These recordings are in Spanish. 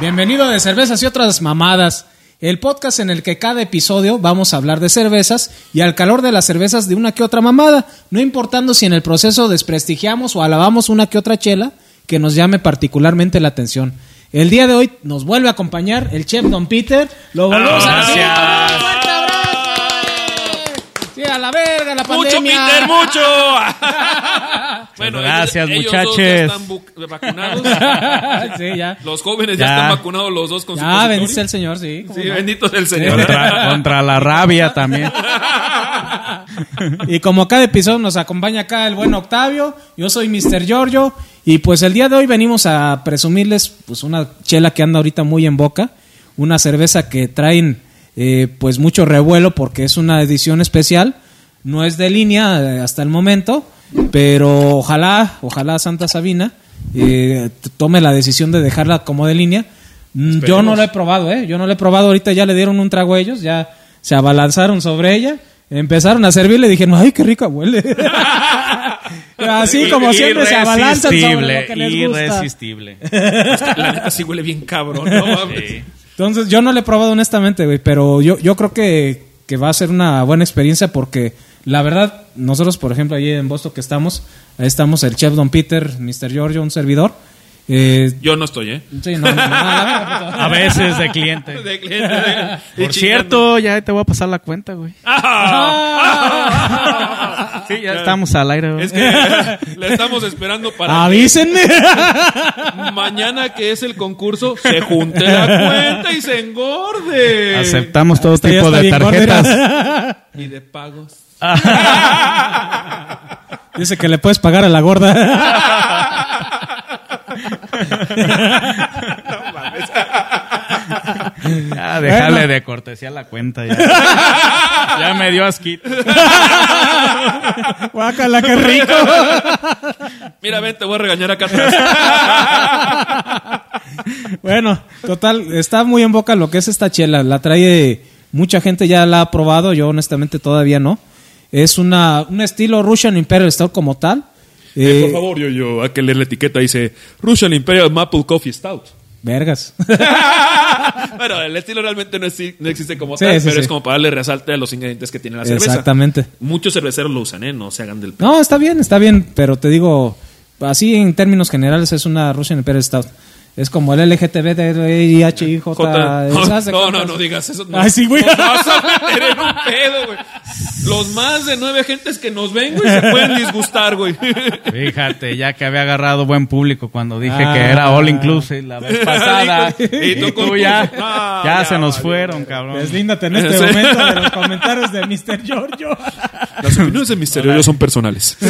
Bienvenido de Cervezas y otras mamadas, el podcast en el que cada episodio vamos a hablar de cervezas y al calor de las cervezas de una que otra mamada, no importando si en el proceso desprestigiamos o alabamos una que otra chela que nos llame particularmente la atención. El día de hoy nos vuelve a acompañar el chef Don Peter. Ah, Lo volvemos a recibir con un fuerte abrazo. Sí, a la verga, la ¡Mucho, pandemia. Peter, mucho! Bueno, gracias, ellos- ellos muchachos. dos ya están bu- vacunados. sí, ya. Los jóvenes ya. Ya. están vacunados los dos con su Ya, consultorio. bendice el Señor, sí. ¿cómo Sí, no? bendito es el Señor. Contra, contra la rabia también. Y como cada episodio nos acompaña acá el buen Octavio, yo soy Mr. Giorgio y pues el día de hoy venimos a presumirles pues una chela que anda ahorita muy en boca, una cerveza que traen eh, pues mucho revuelo porque es una edición especial, no es de línea eh, hasta el momento, pero ojalá, ojalá Santa Sabina eh, t- tome la decisión de dejarla como de línea. Mm, Yo no la he probado, ¿eh? Yo no la he probado. Ahorita ya le dieron un trago a ellos, ya se abalanzaron sobre ella, empezaron a servirle. Dijeron, ¡ay, qué rica huele! Así como siempre se abalanzan sobre lo que les gusta. irresistible. La neta sí huele bien cabrón, no mames. Sí. Entonces, yo no la he probado honestamente, güey, pero yo, yo creo que, que va a ser una buena experiencia porque la verdad, nosotros, por ejemplo, allí en Boston que estamos, ahí estamos el chef Don Peter, Mr. Giorgio, un servidor. Eh, Yo no estoy, ¿eh? sí, no, no, no, no, no, no. A veces de cliente. De cliente, de- Por de cierto, ya te voy a pasar la cuenta, güey. Ah. Sí, ya estamos al aire. güey. Es que eh, la estamos esperando para ¡Avísenme! mañana que es el concurso se junte la cuenta y se engorde. Aceptamos todo Este Ya tipo está de bien gordo, mira. tarjetas. Y de pagos. Dice que le puedes pagar a la gorda. No mames. Ya, déjale Bueno. de cortesía la cuenta. Ya, Ya me dio asquito. Guácala, qué rico. Mira, ven, te voy a regañar acá atrás. Bueno, total, está muy en boca lo que es esta chela. La trae mucha gente, ya la ha probado. Yo, honestamente, todavía no. Es una, un estilo Russian Imperial Stout como tal. Eh, Por favor, yo, yo, a que leer la etiqueta dice Russian Imperial Maple Coffee Stout. Vergas. bueno, el estilo realmente no, exi- no existe como Sí, tal, sí, pero sí. es como para darle resalte a los ingredientes que tiene la cerveza. Exactamente. Muchos cerveceros lo usan, ¿eh? No se hagan del p. No, está bien, está bien, pero te digo, así en términos generales es una Russian Imperial Stout. Es como el LGTB de IHI, Jota. J. No, esas de no, no, cosas. no digas eso. No. Ay, sí, güey. Nos vas a meter en un pedo, güey. Los más de nueve gentes que nos ven, güey, se pueden disgustar, güey. Fíjate, ya que había agarrado buen público cuando dije Ah. que era all inclusive la vez pasada. Y y tú tú, con- ya, No, ya, ya se nos valió. fueron, cabrón. Deslíndate en este Sí. momento de los comentarios de Mr. Giorgio. Las opiniones de misteriosos son personales.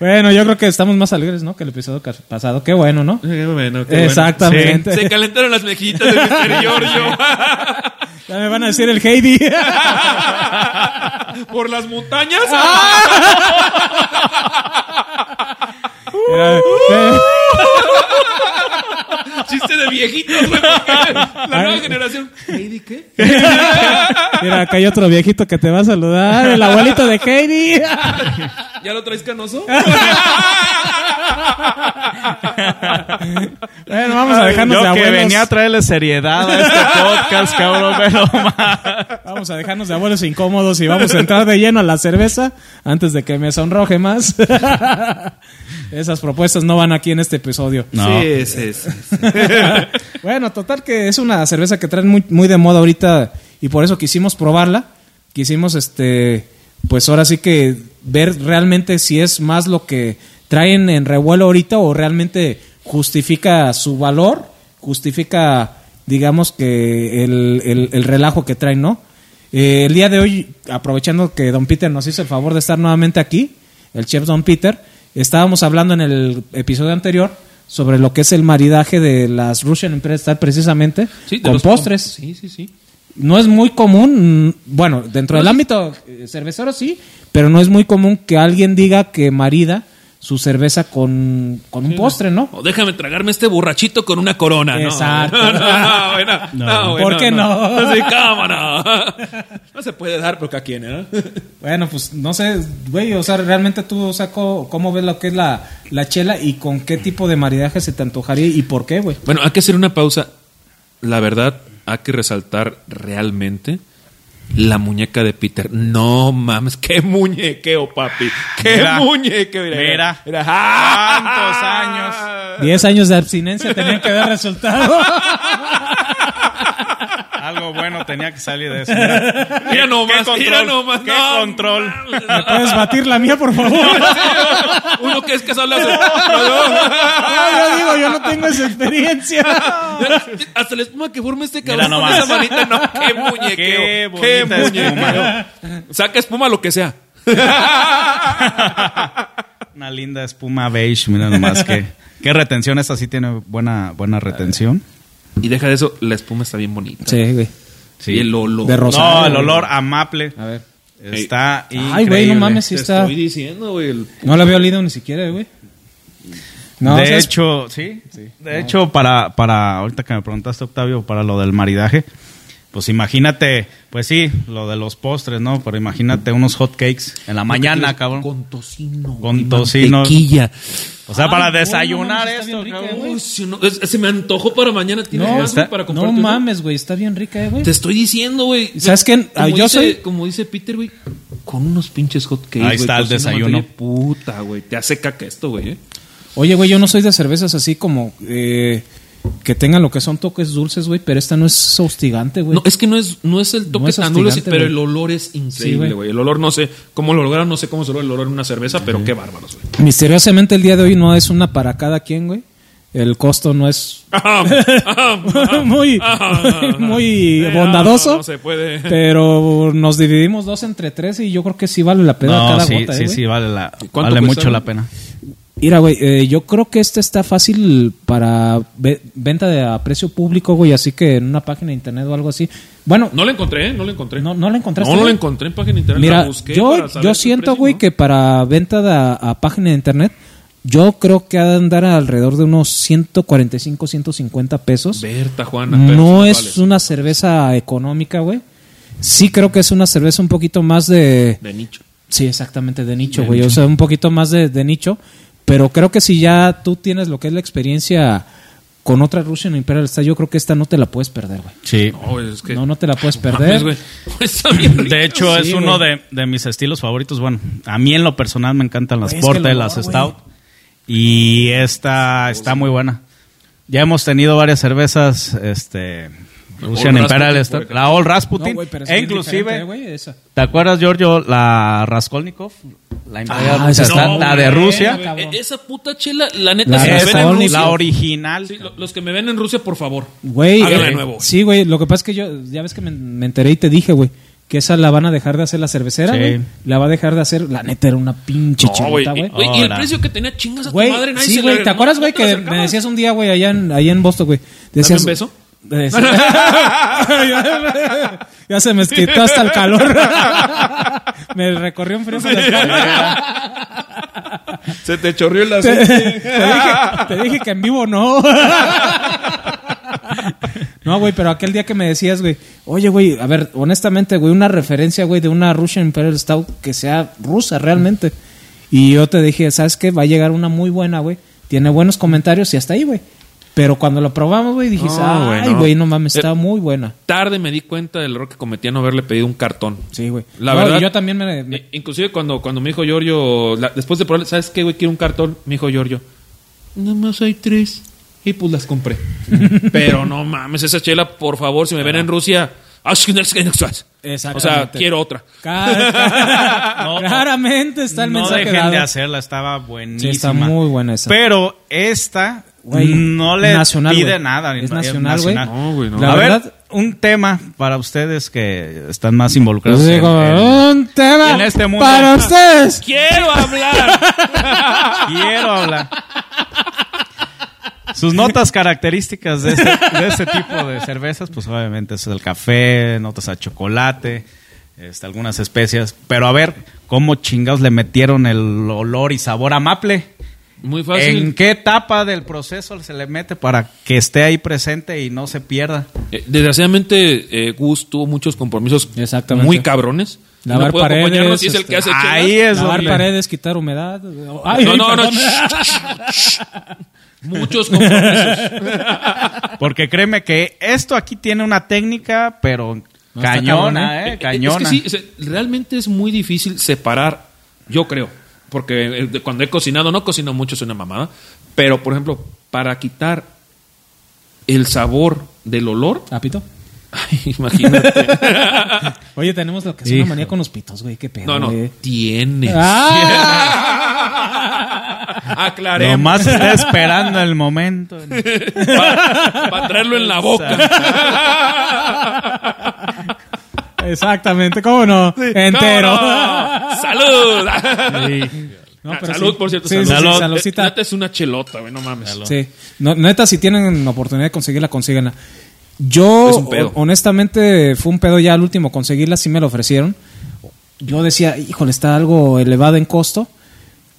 bueno, yo creo que estamos más alegres, ¿no? Que el episodio cas- pasado. Qué bueno, ¿no? Bueno, qué bueno. Exactamente. Se calentaron las mejillitas del exterior, yo. Ya me van a decir el Heidi. Por las montañas. Ah. Era- Ah, Chiste de viejito, güey. porque La nueva generación. ¿Lady qué? Mira, acá hay otro viejito que te va a saludar, el abuelito de Heidi. ¿Ya lo traes canoso? Bueno, vamos a dejarnos Yo de que abuelos. venía a traerle seriedad a este podcast, cabrón, pero ma- Vamos a dejarnos de abuelos incómodos y vamos a entrar de lleno a la cerveza antes de que me sonroje más. Esas propuestas no van aquí en este episodio. No. Sí, sí, sí. Bueno, total que es una cerveza que traen muy, muy de moda ahorita y por eso quisimos probarla. Quisimos, este, pues ahora sí que ver realmente si es más lo que traen en revuelo ahorita o realmente justifica su valor, justifica, digamos que el, el- el relajo que traen, ¿no? Eh, el día de hoy, aprovechando que Don Peter nos hizo el favor de estar nuevamente aquí, el chef Don Peter, estábamos hablando en el episodio anterior sobre lo que es el maridaje de las Russian Imperial Stout precisamente Sí, de con los- postres. Sí, sí, sí. No es muy común, mm, bueno, dentro del ámbito eh, cervecero sí, pero no es muy común que alguien diga que marida su cerveza con, con un postre, ¿no? O déjame tragarme este borrachito con una corona, ¿no? Exacto. No, bueno, no, bueno, ¿Por qué no? Sí, cámara. No se puede dar, porque a quién, ¿eh? Bueno, pues no sé, güey, o sea, realmente tú, saco ¿cómo ves lo que es la, la chela y con qué tipo de maridaje se te antojaría y por qué, güey? Bueno, hay que hacer una pausa. La verdad, hay que resaltar realmente la muñeca de Peter. No mames, qué muñequeo, papi. Qué Mira. muñequeo. Mira. Mira. ¡Ah! Diez años de abstinencia tenían que dar resultado. Algo bueno tenía que salir de eso. Mira, Mira nomás, ¿Qué mira control? nomás. ¿Qué no, control? ¿Me puedes batir la mía, por favor? Uno que es casado le hace- No, yo digo, yo no tengo esa experiencia. Hasta la espuma que forma este Mira cabrón con nomás. esa manita, no, qué muñequeo. Qué Qué, bonita muñequeo. Saca espuma lo que sea. Una linda espuma beige, mira nomás que. Qué retención, esta sí tiene buena, buena retención. Y deja de eso, la espuma está bien bonita. Sí, güey. Y el olor. De rosa. No, Rosario, el güey. olor a maple. A ver. Está increíble. Ay, güey, no mames, sí Te está. estoy diciendo, güey. el- No la había olido ni siquiera, güey. No, o de sea, es- hecho, sí. De hecho, para, para, ahorita que me preguntaste, Octavio, para lo del maridaje, pues imagínate, pues sí, lo de los postres, ¿no? Pero imagínate unos hot cakes en la mañana, cabrón. Con tocino. Con y tocino. Mantequilla. O sea, para Ay, no, desayunar no, está esto, bien rica, cabrón. güey. Uy, si no- es- se me antojó para mañana. ¿Tienes No, más está- güey, para no comprarte una? mames, güey, está bien rica, eh, güey. Te estoy diciendo, güey. ¿Sabes qué? Ah, Como yo dice- soy- Como dice Peter, güey, con unos pinches hotcakes. Ahí güey, está el tocino, desayuno. mantequilla, Puta, güey. Te hace caca esto, güey. ¿eh? Oye, güey, yo no soy de cervezas así como eh, que tengan lo que son toques dulces, güey, pero esta no es hostigante, güey. No, es que no es, no es el toque No es tan dulce, hostigante, pero güey. el olor es increíble, güey. güey. El olor no sé cómo lo lograron, no sé cómo se logra el olor en una cerveza, pero qué bárbaros, güey. Misteriosamente el día de hoy no es una para cada quien, güey. El costo no es muy, Ah, muy Eh, bondadoso. No, no se puede. Pero nos dividimos dos entre tres y yo creo que sí vale la pena No, cada sí, gota, eh, sí, güey. sí, vale, la, cuánto vale cuesta, mucho la güey? pena. Mira, güey, eh, yo creo que este está fácil para ve- venta de a precio público, güey, así que en una página de internet o algo así. Bueno, No lo encontré, ¿eh? no lo encontré. no, no la encontraste. No, no lo güey? encontré en página de internet. Mira, la busqué yo, para saber yo el siento, precio, güey, ¿no? que para venta de a, a página de internet, yo creo que ha de andar alrededor de unos 145, 150 pesos. Berta, Juana. No pero es vale. una cerveza económica, güey. Sí creo que es una cerveza un poquito más de... De nicho. Sí, exactamente, de nicho, güey. O sea, un poquito más de, de nicho. Pero creo que si ya tú tienes lo que es la experiencia con otra Russian Imperial Stout, yo creo que esta no te la puedes perder, güey. Sí. No, güey, es que... No, no te la puedes mames, perder. güey. Está bien rica. De hecho, Sí, es uno de, de mis estilos favoritos. Bueno, a mí en lo personal me encantan las Güey, es que el portas, las olor, güey. stout. Y esta está muy buena. Ya hemos tenido varias cervezas, este, Russian Old Imperial, Rasputin, Stout, güey. la Old Rasputin, No, güey, pero e sí es diferente, inclusive, eh, güey, esa. ¿te acuerdas, Giorgio, la Raskolnikov? La Imperial Ah, Rusa, esa está- está la de buena, Rusia. güey. cabrón. Eh, Esa puta chela, la neta, La si me ven en Raskolnikov. Rusia- la original. Sí, lo- los que me ven en Rusia, por favor. Güey, Háganla eh, de nuevo. sí, güey. Lo que pasa es que yo, ya ves que me, me enteré y te dije, güey, que esa la van a dejar de hacer la cervecera, Sí. güey. La va a dejar de hacer. La neta era una pinche No, güey. chingota, Y, güey. ¿Eh? güey, y el Hola. precio que tenía chingas a tu Güey, madre, nadie sí, se güey. le- ¿Te acuerdas, no, güey, no te que le me acercabas? decías un día, güey, allá en, allá en Boston, güey? Decías, un beso? Decías- ya se me quitó hasta el calor. me recorrió un frío. por la espalda. Se te chorrió el Te, aceite. te dije, te dije que en vivo no. No, güey, pero aquel día que me decías, güey, oye, güey, a ver, honestamente, güey, una referencia, güey, de una Russian Imperial Stout que sea rusa realmente. Y yo te dije, ¿sabes qué? Va a llegar una muy buena, güey. Tiene buenos comentarios y hasta ahí, güey. Pero cuando lo probamos, güey, dijiste, No, güey, ay, no. güey, no mames, Eh, está muy buena. Tarde me di cuenta del error que cometía no haberle pedido un cartón. Sí, güey. La No, verdad- y Yo también me. me- Eh, Inclusive cuando, cuando me dijo Giorgio, la- después de probarle, ¿sabes qué, güey? Quiero un cartón. Me dijo Giorgio, nada más hay tres. Y pues las compré. Pero no mames, esa chela, por favor, si me ven en Rusia... "Ah, O sea, Exactamente. quiero otra. Car- No, no. claramente está el no mensaje dejen dado. de hacerla, estaba buenísima. Sí, está muy buena esa. Pero esta Güey, no le nacional, pide güey. nada. eh, Es nacional, güey. No, güey, no. La a verdad. ver, un tema para ustedes que están más involucrados. Yo en- digo, en- un tema en este mundo. para ustedes. ¡Quiero hablar! quiero hablar. Sus notas características de este, de este tipo de cervezas, pues obviamente es el café, notas a chocolate, este, algunas especias. Pero a ver, ¿cómo chingados le metieron el olor y sabor a maple? Muy fácil. ¿En qué etapa del proceso se le mete para que esté ahí presente y no se pierda? Eh, Desgraciadamente, eh, Gus tuvo muchos compromisos Exactamente. muy cabrones. Lavar pudo paredes, acompañarnos y es el que hace este, chelas. ahí es Lavar donde- paredes, quitar humedad. Ay, no, no, no. perdón. Muchos compromisos. Eh, Eh, Porque créeme que esto aquí tiene una técnica, pero No, está cabrón, cañona, ¿eh? Cañona. Es que sí, o sea, realmente es muy difícil separar, yo creo, porque eh, de- cuando he cocinado, no cocino mucho, es una mamada, pero por ejemplo, para quitar el sabor del olor, ¿Apito? ay, imagínate. Oye, tenemos lo que es una manía con los pitos, güey. Qué pedo, No, no, güey. tienes. Ah. Aclaremos. Nomás está esperando el momento. Para traerlo en la boca. Exactamente, ¿cómo no? Entero. ¿Cómo no? ¡Salud! No, Ah, pero salud, sí. por cierto. Sí, salud. sí, sí, Salud. Eh, saludcita. Neta es una chelota, güey, no mames. Sí. No, neta, si tienen la oportunidad de conseguirla, consíganla. Yo, Es un pedo. hon- honestamente, fue un pedo ya al último conseguirla, sí me la ofrecieron. Yo decía, híjole, está algo elevado en costo.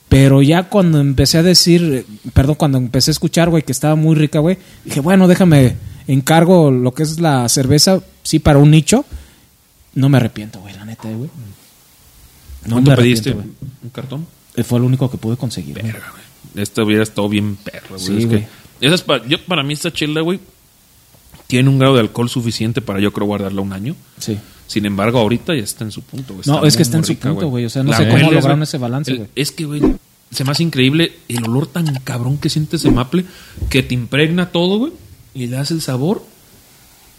Pero ya cuando empecé a decir, eh, perdón, cuando empecé a escuchar, güey, que estaba muy rica, güey, dije, bueno, déjame, encargo lo que es la cerveza, sí, para un nicho. No me arrepiento, güey, la neta, güey. No me ¿Cuánto arrepiento, pediste? güey. ¿Un cartón? Eh, Fue lo único que pude conseguir. güey. Verga, güey. Esta hubiera estado bien perra, güey. Sí, Es que- güey. esa es pa- yo, para mí esta chela, güey, tiene un grado de alcohol suficiente para yo creo guardarla un año. Sí. Sin embargo, ahorita ya está en su punto, güey. No, es que está muy en su rica, punto, güey. O sea, no sé cómo lograron ese balance, El- güey. Es que, güey, se me hace increíble el olor tan cabrón que siente ese maple que te impregna todo, güey, y le das el sabor.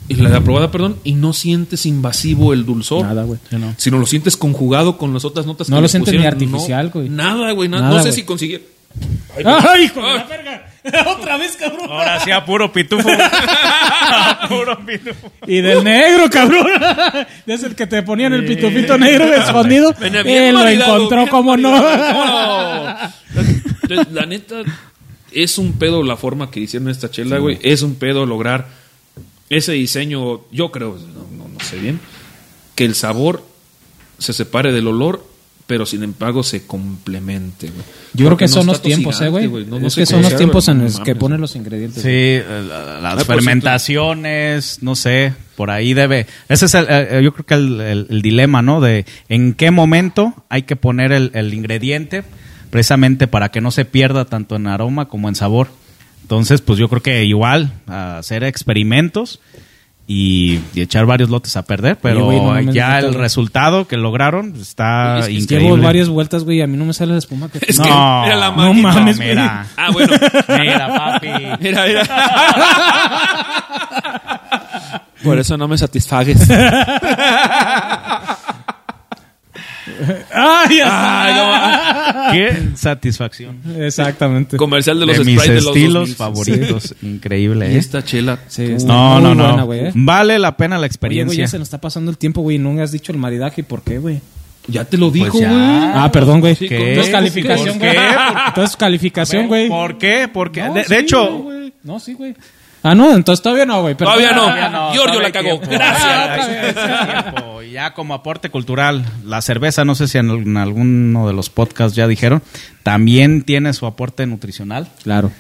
Y la la probada, perdón, y no sientes invasivo el dulzor. Nada, güey. Sino lo sientes conjugado con las otras notas No que lo le sientes ni pusieron. artificial, No, güey. Nada, güey. na- Nada, no sé güey. si consiguieron. ¡Ay, hijo de la verga! ¡Otra vez, cabrón! Ahora sí, a puro pitufo. A puro pitufo. Y del negro, cabrón. Es el que te ponían el pitufito negro escondido. Venía bien Él lo maridado, encontró, bien como no. maridado. Entonces, la neta, es un pedo la forma que hicieron esta chela, güey. Es un pedo lograr ese diseño, yo creo, no, no- no sé bien, que el sabor se separe del olor, pero sin embargo se complemente, güey. Yo creo Porque que son no los está tiempos, eh, toxicante, güey. No- no es sé que son cómo los sea, tiempos güey, en no los que mames. ponen los ingredientes. Sí, güey. eh, la- las Ah, por fermentaciones, no sé, por ahí debe. Ese es, el, eh, eh, yo creo que el, el- el dilema, ¿no? De en qué momento hay que poner el, el ingrediente precisamente para que no se pierda tanto en aroma como en sabor. Entonces, pues yo creo que igual a hacer experimentos y, y echar varios lotes a perder, pero Oye, güey, no mames, ya neta, el güey. resultado que lograron está Es que increíble. Llevo varias vueltas, güey, y a mí no me sale la espuma que ah, Es No, que No, era la no máquina. mames, güey. Mira, Ah, bueno. mira, papi. Mira, mira. Por eso no me satisfagues. ¡Ay, Ay, no, ah. Qué satisfacción. Exactamente. Comercial de los Este, de mis Sprite de los estilos 2000. favoritos. Increíble, Y ¿eh? esta chela. Sí, uh, está No, muy no, no. buena, güey, eh. Vale la pena la Oye, güey, experiencia. ya se nos está pasando el tiempo, güey. y Nunca has dicho el maridaje. ¿Y por qué, güey? Ya te lo dijo, Pues ya. güey. Ah, perdón, güey. Sí, ¿Qué? Entonces calificación, ¿Por güey. qué? Entonces calificación, güey. ¿Por qué? ¿Por qué? No, de, de sí, hecho, güey. No, sí, güey. Ah, no, entonces todavía no, güey. Perdón. Todavía no. Todavía no, Giorgio todavía la cagó. tiempo. Gracias. Gracias. Todavía tiempo. Ya como aporte cultural, la cerveza, no sé si en, en alguno de los podcasts ya dijeron, también tiene su aporte nutricional. Claro.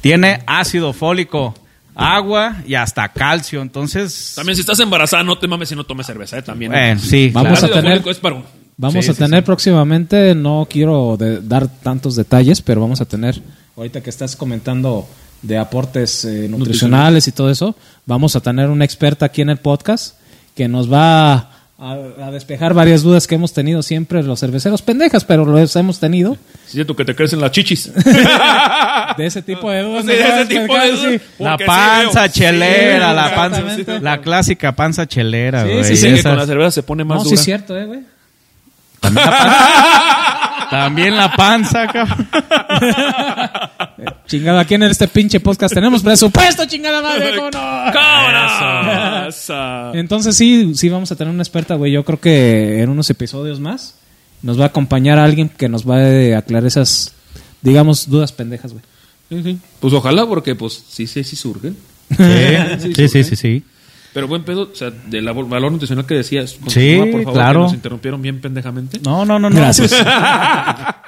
Tiene ácido fólico, agua y hasta calcio. Entonces, También si estás embarazada, no te mames si no tomes cerveza, eh, también. bueno, sí, Vamos Ácido a tener- fólico es para un- Vamos Sí, a sí, tener próximamente, no quiero de- dar tantos detalles, pero vamos a tener, ahorita que estás comentando de aportes eh, nutricionales y todo eso, vamos a tener una experta aquí en el podcast que nos va a, a despejar varias dudas que hemos tenido siempre los cerveceros pendejas, pero los hemos tenido. Siento que te crecen las chichichis. De ese tipo de dudas. Sí, de ¿no? ese tipo de Sí. dudas. La Porque sí, panza veo. chelera, Sí, la panza, exactamente. la clásica panza chelera, Sí, güey. sí, Dicen que Esa- con la cerveza se pone más No, sí dura. es cierto, eh, güey. También la panza, cabrón. Chingado, aquí en este pinche podcast tenemos presupuesto, chingada madre, ¿cómo no? ¡Cámara! Esa. Entonces sí, sí vamos a tener una experta, güey. Yo creo que en unos episodios más nos va a acompañar alguien que nos va a aclarar esas, digamos, dudas pendejas, güey. Sí, sí. Pues ojalá, porque pues sí, sí, sí surgen. Sí, sí, sí, sí. sí. Pero buen pedo, o sea, del labor- valor nutricional que decías. Sí, por favor, claro. que nos interrumpieron bien pendejamente. Ah, No, no, no, no. Gracias.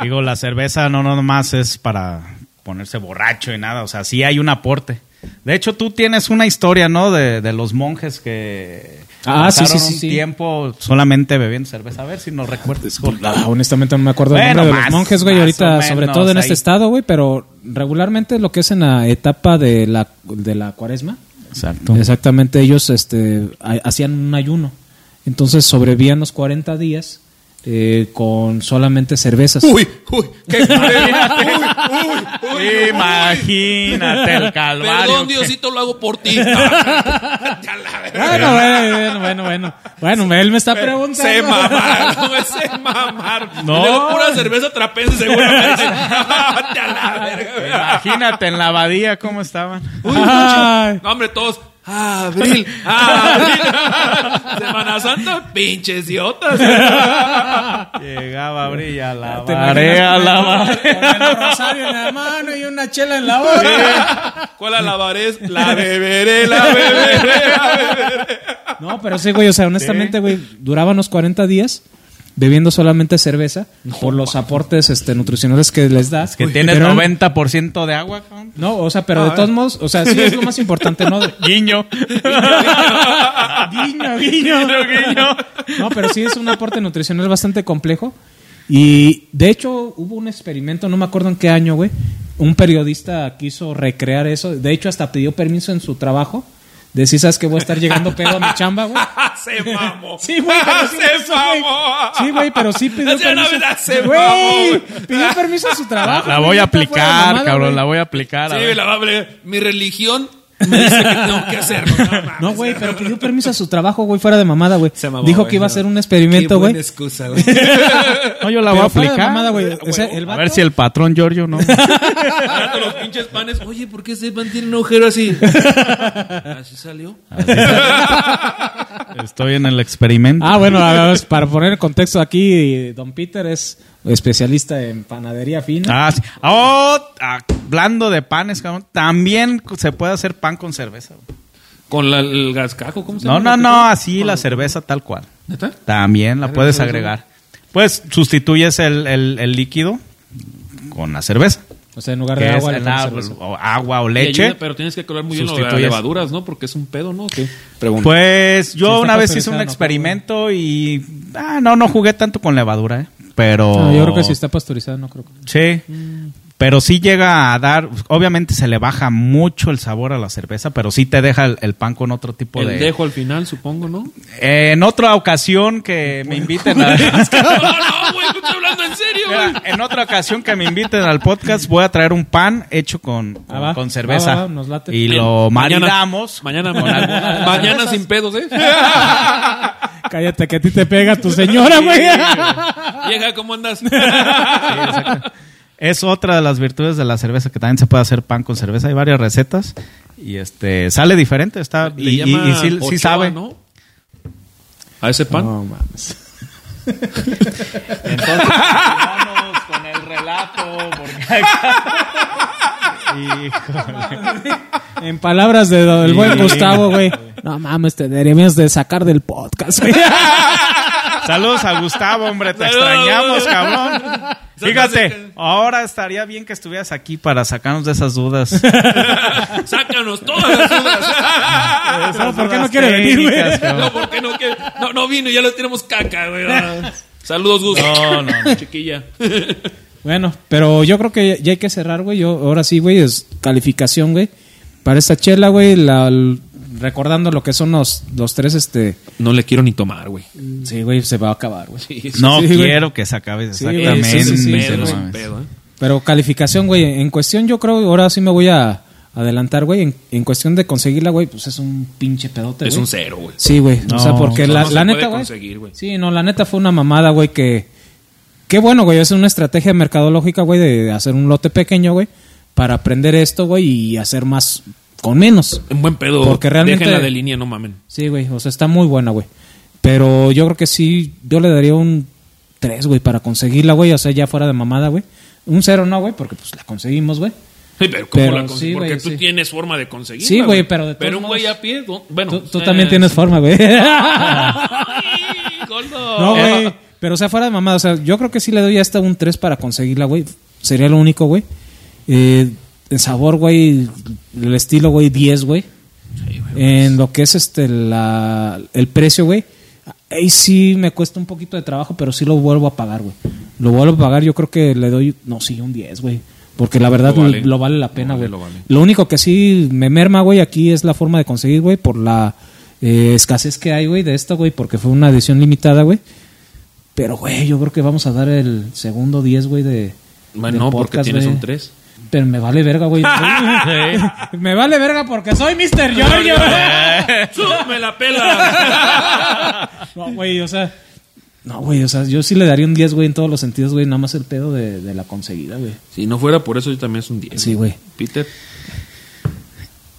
Digo, la cerveza no nomás es para ponerse borracho y nada. O sea, sí hay un aporte. De hecho, tú tienes una historia, ¿no? De, de los monjes que Ah, sí, sí, pasaron sí, un sí. tiempo solamente bebiendo cerveza. A ver si nos recuerdes, Jorge. Ah, honestamente no me acuerdo el Bueno, nombre de los más- monjes, güey, más ahorita, o sobre menos todo en ahí. este estado, güey, pero regularmente lo que es en la etapa de la, de la cuaresma, Exacto. exactamente ellos este, ha- hacían un ayuno. Entonces sobrevivían los 40 días eh, con solamente cervezas. Uy, uy, qué Imagínate. uy, uy, uy. Imagínate el calvario. Perdón, Diosito, lo hago por ti. Ya la verga. Bueno, bueno, bueno, bueno. Bueno, él me está preguntando. Se mamaron, se mamaron. No. No. Le pura cerveza trapense, seguramente. Vete a la verga. Imagínate en la abadía cómo estaban. Ay. No, hombre, todos. Abril, abril. Semana Santa, pinches idiotas. Llegaba a brillar la ¿Te marea, imaginas la con el- con el marea. rosario en la mano y una chela en la otra. ¿Cuál la lavaré? La beberé, la beberé, la beberé. No, pero sí, güey, o sea, honestamente, güey, duraban los 40 días bebiendo solamente cerveza por los aportes este, nutricionales que les das. Que Uy, tienes pero- 90% de agua, cabrón. No, o sea, pero de todos modos, o sea, sí es lo más importante, ¿no? De- Guiño. guiño, guiño. Guiño, guiño. No, pero sí es un aporte nutricional bastante complejo. Y de hecho hubo un experimento, no me acuerdo en qué año, güey. Un periodista quiso recrear eso. De hecho, hasta pidió permiso en su trabajo. Decir, ¿sabes que Voy a estar llegando pedo a mi chamba, güey. Se mamó. Sí, güey, pero sí hizo, se güey. mamó. Sí, güey, pero sí pidió Hace una permiso. vez hace, Güey, mamón. pidió permiso a su trabajo. La güey, voy a neta, fuera de aplicar, mamada, cabrón, güey. la voy a aplicar. a Sí, ver. la doble. Mi religión me dice que tengo que hacerlo. mames. No, güey, pero pidió permiso a su trabajo, güey, fuera de mamada, güey. Se mamó, Dijo güey, que iba a no. hacer un Qué experimento, buena güey. excusa, güey. No, yo la Pero voy fuera de a aplicar. mamada, güey. O sea, el a vato- ver si el patrón Giorgio no. Barato los pinches panes. Oye, ¿por qué ese pan tiene un agujero así? Así salió. Estoy en el experimento. Ah, bueno, a ver, para poner en contexto aquí, Don Peter es especialista en panadería fina. Ah, sí. Oh, ah, hablando de panes, cabrón. También se puede hacer pan con cerveza. güey. Pues Con la- el gascajo, ¿cómo se No, llama? no, no, así la cerveza tal cual. ¿Neta? También la puedes agregar. Pues sustituyes el, el- el líquido con la cerveza. o sea, en lugar Que de es agua, le el pones agua, cerveza. o, agua o Y leche. ayuda, pero tienes que colar muy bien lo de las Sustituyes. levaduras, ¿no? Porque es un pedo, ¿no? ¿O qué? Pues yo Si está una vez hice pasteurizada, un no, experimento y... Ah, no, no jugué tanto con levadura, ¿eh? Pero... No, Ah, yo creo que si está Mm. pasteurizado, no creo. que- Sí. Pero sí llega a dar, obviamente se le baja mucho el sabor a la cerveza, pero sí te deja el, el pan con otro tipo Pues, El de... dejo al final, supongo, ¿no? Eh, en otra ocasión que me inviten a... No, no, güey, no estoy hablando en serio, güey. Mira, en otra ocasión que me inviten al podcast voy a traer un pan hecho con, con, Ah, va. con cerveza. Va, va, nos late. Y lo Mañana- marinamos. Mañana, con alguna- mañana, mañana sin pedos, ¿eh? Cállate, que a ti te pega tu señora, güey. Llega, ¿cómo andas? Es otra de las virtudes de la cerveza, que también se puede hacer pan con cerveza. Hay varias recetas. Y este sale diferente. Está, Le y, y- llama y sí, sí Ochoa, sabe. ¿no? A ese pan. No mames. Entonces, vamos con el relato. En palabras de do- del buen Sí. Gustavo, güey. No mames, te deberíamos de sacar del podcast, güey. Saludos a Gustavo, hombre. Te Saludos. extrañamos, cabrón. que- Fíjate, ahora estaría bien que estuvieras aquí para sacarnos de esas dudas. Sácanos todas las dudas. No, ¿por qué no dudas quiere venir, güey? técnicas, cabrón. no, porque no, que, no, no vino, ya lo tenemos caca, güey. Saludos, Gus. No, no, no. Chiquilla. Bueno, pero yo creo que ya- ya hay que cerrar, güey. Yo ahora sí, güey, es calificación, güey. Para esta chela, güey, la- l- recordando lo que son los, los tres, este... No le quiero ni tomar, güey. Sí, güey, se va a acabar, güey. No Sí, güey. quiero que se acabe Sí, güey, exactamente. sí, sí, sí, no sí, Pedo, güey. sin mames. pedo, ¿eh? Pero calificación, güey, en cuestión yo creo, ahora sí me voy a adelantar, güey. En, en cuestión de conseguirla, güey, pues es un pinche pedote, Es güey. un cero, güey. Sí, güey. No. o sea, porque No, la, no se la puede neta, conseguir, güey. güey. Sí, no, la neta fue una mamada, güey, que... Qué bueno, güey. Es una estrategia mercadológica, güey, de hacer un lote pequeño, güey, para aprender esto, güey, y hacer más con menos. Un buen pedo. Porque realmente- Déjenla de línea, no mamen. Sí, güey. O sea, está muy buena, güey. Pero yo creo que sí, yo le daría un 3, güey, para conseguirla, güey. O sea, ya fuera de mamada, güey. Un 0 no, güey, porque pues la conseguimos, güey. Sí, pero ¿cómo Pero la consigues? sí, Porque güey, tú sí. tienes forma de conseguirla. Sí, güey, pero de todos Pero un güey modos- a pie, ¿no? bueno. Tú, tú eh, también tienes forma, güey. Ay, Goldo. No, güey. Pero, o sea, fuera de mamada, o sea, yo creo que sí le doy hasta un 3 para conseguirla, güey. Sería lo único, güey. Eh, en sabor, güey, el estilo, güey, 10, güey. En lo que es este la, el precio, güey. Ahí sí me cuesta un poquito de trabajo, pero sí lo vuelvo a pagar, güey. Lo vuelvo a pagar, yo creo que le doy, no, sí, un 10, güey. Porque la verdad Lo lo vale. vale, la pena, Lo vale, güey. lo Lo, vale. único que sí me merma, güey, aquí es la forma de conseguir, güey, por la eh, escasez que hay, güey, de esta, güey, porque fue una edición limitada, güey. Pero, güey, yo creo que vamos a dar el segundo 10, güey, de. Bueno, del no, porque podcast, tienes güey. un 3. Pero me vale verga, güey. me vale verga porque soy Mr. Giorgio. ¡Me la pela! no, güey, o sea. No, güey, o sea, yo sí le daría un 10, güey, en todos los sentidos, güey. Nada más el pedo de, de la conseguida, güey. si no fuera por eso, yo también es un 10. Sí, güey. Peter.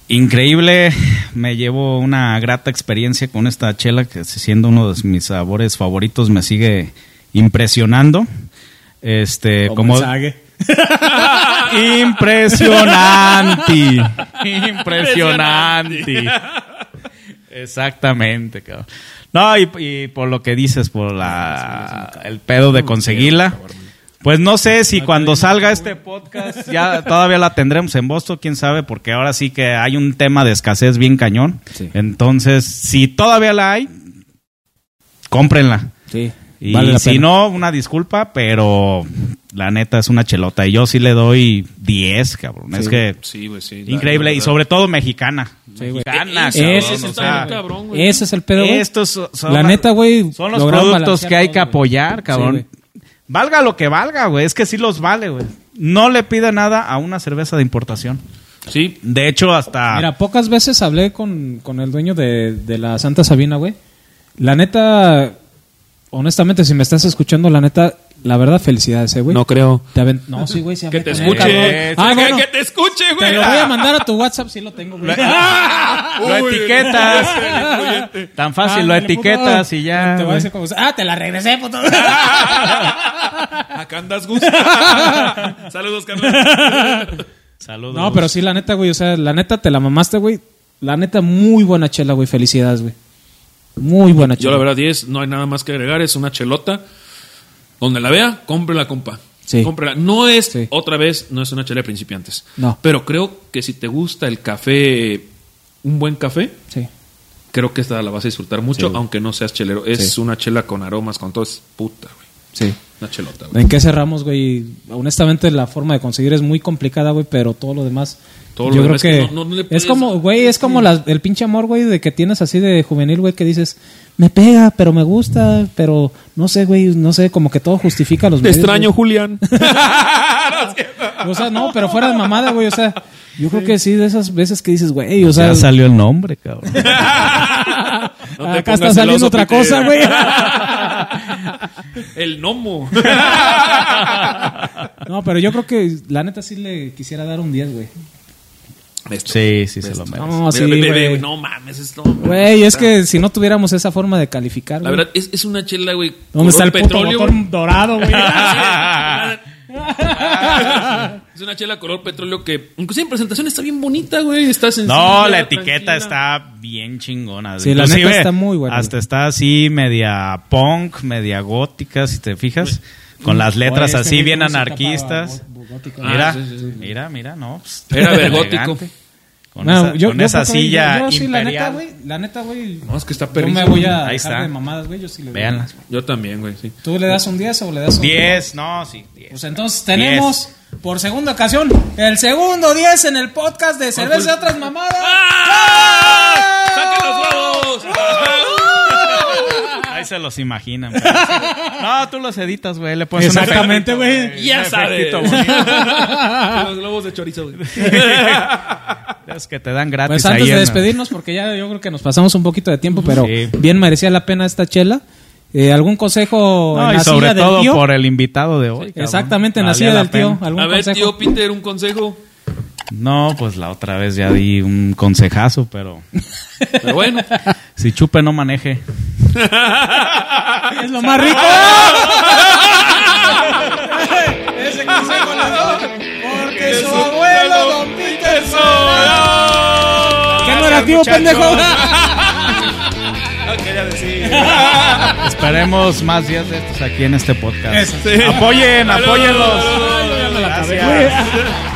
Increíble, me llevo una grata experiencia con esta chela que siendo uno de mis sabores favoritos me sigue impresionando. Este, como, pues, impresionante, impresionante. Exactamente, cabrón. No, y, y por lo que dices, por la el pedo de conseguirla. Pues no sé si cuando salga este podcast ya todavía la tendremos en Boston, quién sabe, porque ahora sí que hay un tema de escasez bien cañón. Sí. Entonces, si todavía la hay, cómprenla. Sí. Y la si pena. no, una disculpa, pero la neta es una chelota. Y yo sí le doy 10, cabrón. es que pues, Sí, güey, sí. la- increíble. la y verdad. sobre todo mexicana. Sí, güey. mexicana, Ese- cabrón. ese sí o está sea, bien cabrón, güey. Ese es el pedo, güey. estos son, son La las- neta, güey. Son los lograron productos que hay balancear que todo, güey. apoyar, Sí, cabrón. güey. valga lo que valga, güey. Es que sí los vale, güey. No le pide nada a una cerveza de importación. Sí, De hecho, Ah. hasta. Mira, pocas veces hablé con, con el dueño de, de la Santa Sabina, güey. La neta, honestamente, si me estás escuchando, la neta, la verdad, felicidades, eh, güey. no creo. Te aven- no, sí, güey. sí Que hablé te con él, escuche. cabrón. Que- Ah, bueno, que te escuche, güey. Ah, te lo voy a mandar a tu WhatsApp, sí lo tengo, güey. lo Uy, etiquetas. Tan fácil, lo Ándale, puto. etiquetas y ya. Te voy a güey. decir como, ah, te la regresé, puto. Acá andas, Gus. Saludos, Carlos. Saludos. No, pero sí, la neta, güey. O sea, la neta, te la mamaste, güey. La neta, muy buena chela, güey. Felicidades, güey. Muy buena chela. Yo, la verdad, 10, no hay nada más que agregar. Es una chelota. Donde la vea, cómprela, compa. Sí. Cómprela. No es, Sí. otra vez, no es una chela de principiantes. No. Pero creo que si te gusta el café, un buen café, Sí. creo que esta la vas a disfrutar mucho, aunque no seas chelero. Es Sí. una chela con aromas, con todo. Es puta, güey. Sí. Una chelota, güey. ¿En qué cerramos, güey? Honestamente, la forma de conseguir es muy complicada, güey, pero todo lo demás. Todo lo yo demás creo que que. no- no- no le puedes- es como, güey, es como las- el pinche amor, güey, de que tienes así de juvenil, güey, que dices, me pega, pero me gusta, pero no sé, güey, no sé, como que todo justifica los Te medios, extraño, güey. Julián. O sea, no, pero fuera de mamada, güey, o sea, yo creo que sí, de esas veces que dices, güey, o sea. Ya salió el nombre, cabrón. No te acá pongas está saliendo celoso, otra Peter. cosa, güey. El gnomo. No, pero yo creo que la neta sí le quisiera dar un 10, güey. Sí, sí, se lo merece. No, sí, Mira, ve, ve, ve, güey. no mames, es no, Güey, es que si no tuviéramos esa forma de calificar, La güey, verdad, es, es una chela, güey. ¿Dónde está el color petróleo? güey. dorado, güey? Es una chela color petróleo que, inclusive en presentación, está bien bonita, güey. Está sencilla, No, la tranquila. etiqueta está bien chingona. Sí, la Inclusive, neta está muy buena. Hasta está así media punk, media gótica, si te fijas. Con las letras así bien anarquistas. Ah, Mira, sí, sí, sí. mira, mira, no. pues, Era vergótico. elegante. Con esa, con esa silla la neta, imperial. güey. La neta, güey. No, es que está Yo me perrísimo. voy a Ahí dejar está. de mamadas, güey. Yo sí le doy. Veanla. Yo también, güey, sí. ¿Tú le das un 10 o le das un 10, no, sí, 10. Pues entonces tenemos, por segunda ocasión, el segundo 10 en el podcast de Cerveza y Otras Mamadas. ¡Ah! ¡Saca los huevos! ah. Ahí se los imaginan. pero sí. No, tú los editas, güey. Le pones un Exactamente, efectito, güey. Ya Un sabes. efectito bonito. los globos de chorizo, güey. Es que te dan gratis Pues antes ahí de en- despedirnos, porque ya yo creo que nos pasamos un poquito de tiempo, pero Sí. bien merecía la pena esta chela. Eh, ¿Algún consejo No, en y la sobre silla del todo tío? por el invitado de hoy. cabrón. Exactamente, en la Valía silla del tío. pena. ¿Algún A ver, consejo? tío Peter, un consejo. No, pues la otra vez ya di un consejazo, pero Pero bueno. si chupe no maneje. Es lo más rico. Ese consejo le doy porque su abuelo Don Peter Que no era tío, pendejo. Esperemos más días de estos aquí en este podcast. Eso. Apoyen, apóyenlos. Ay, ya me la acabé. Gracias.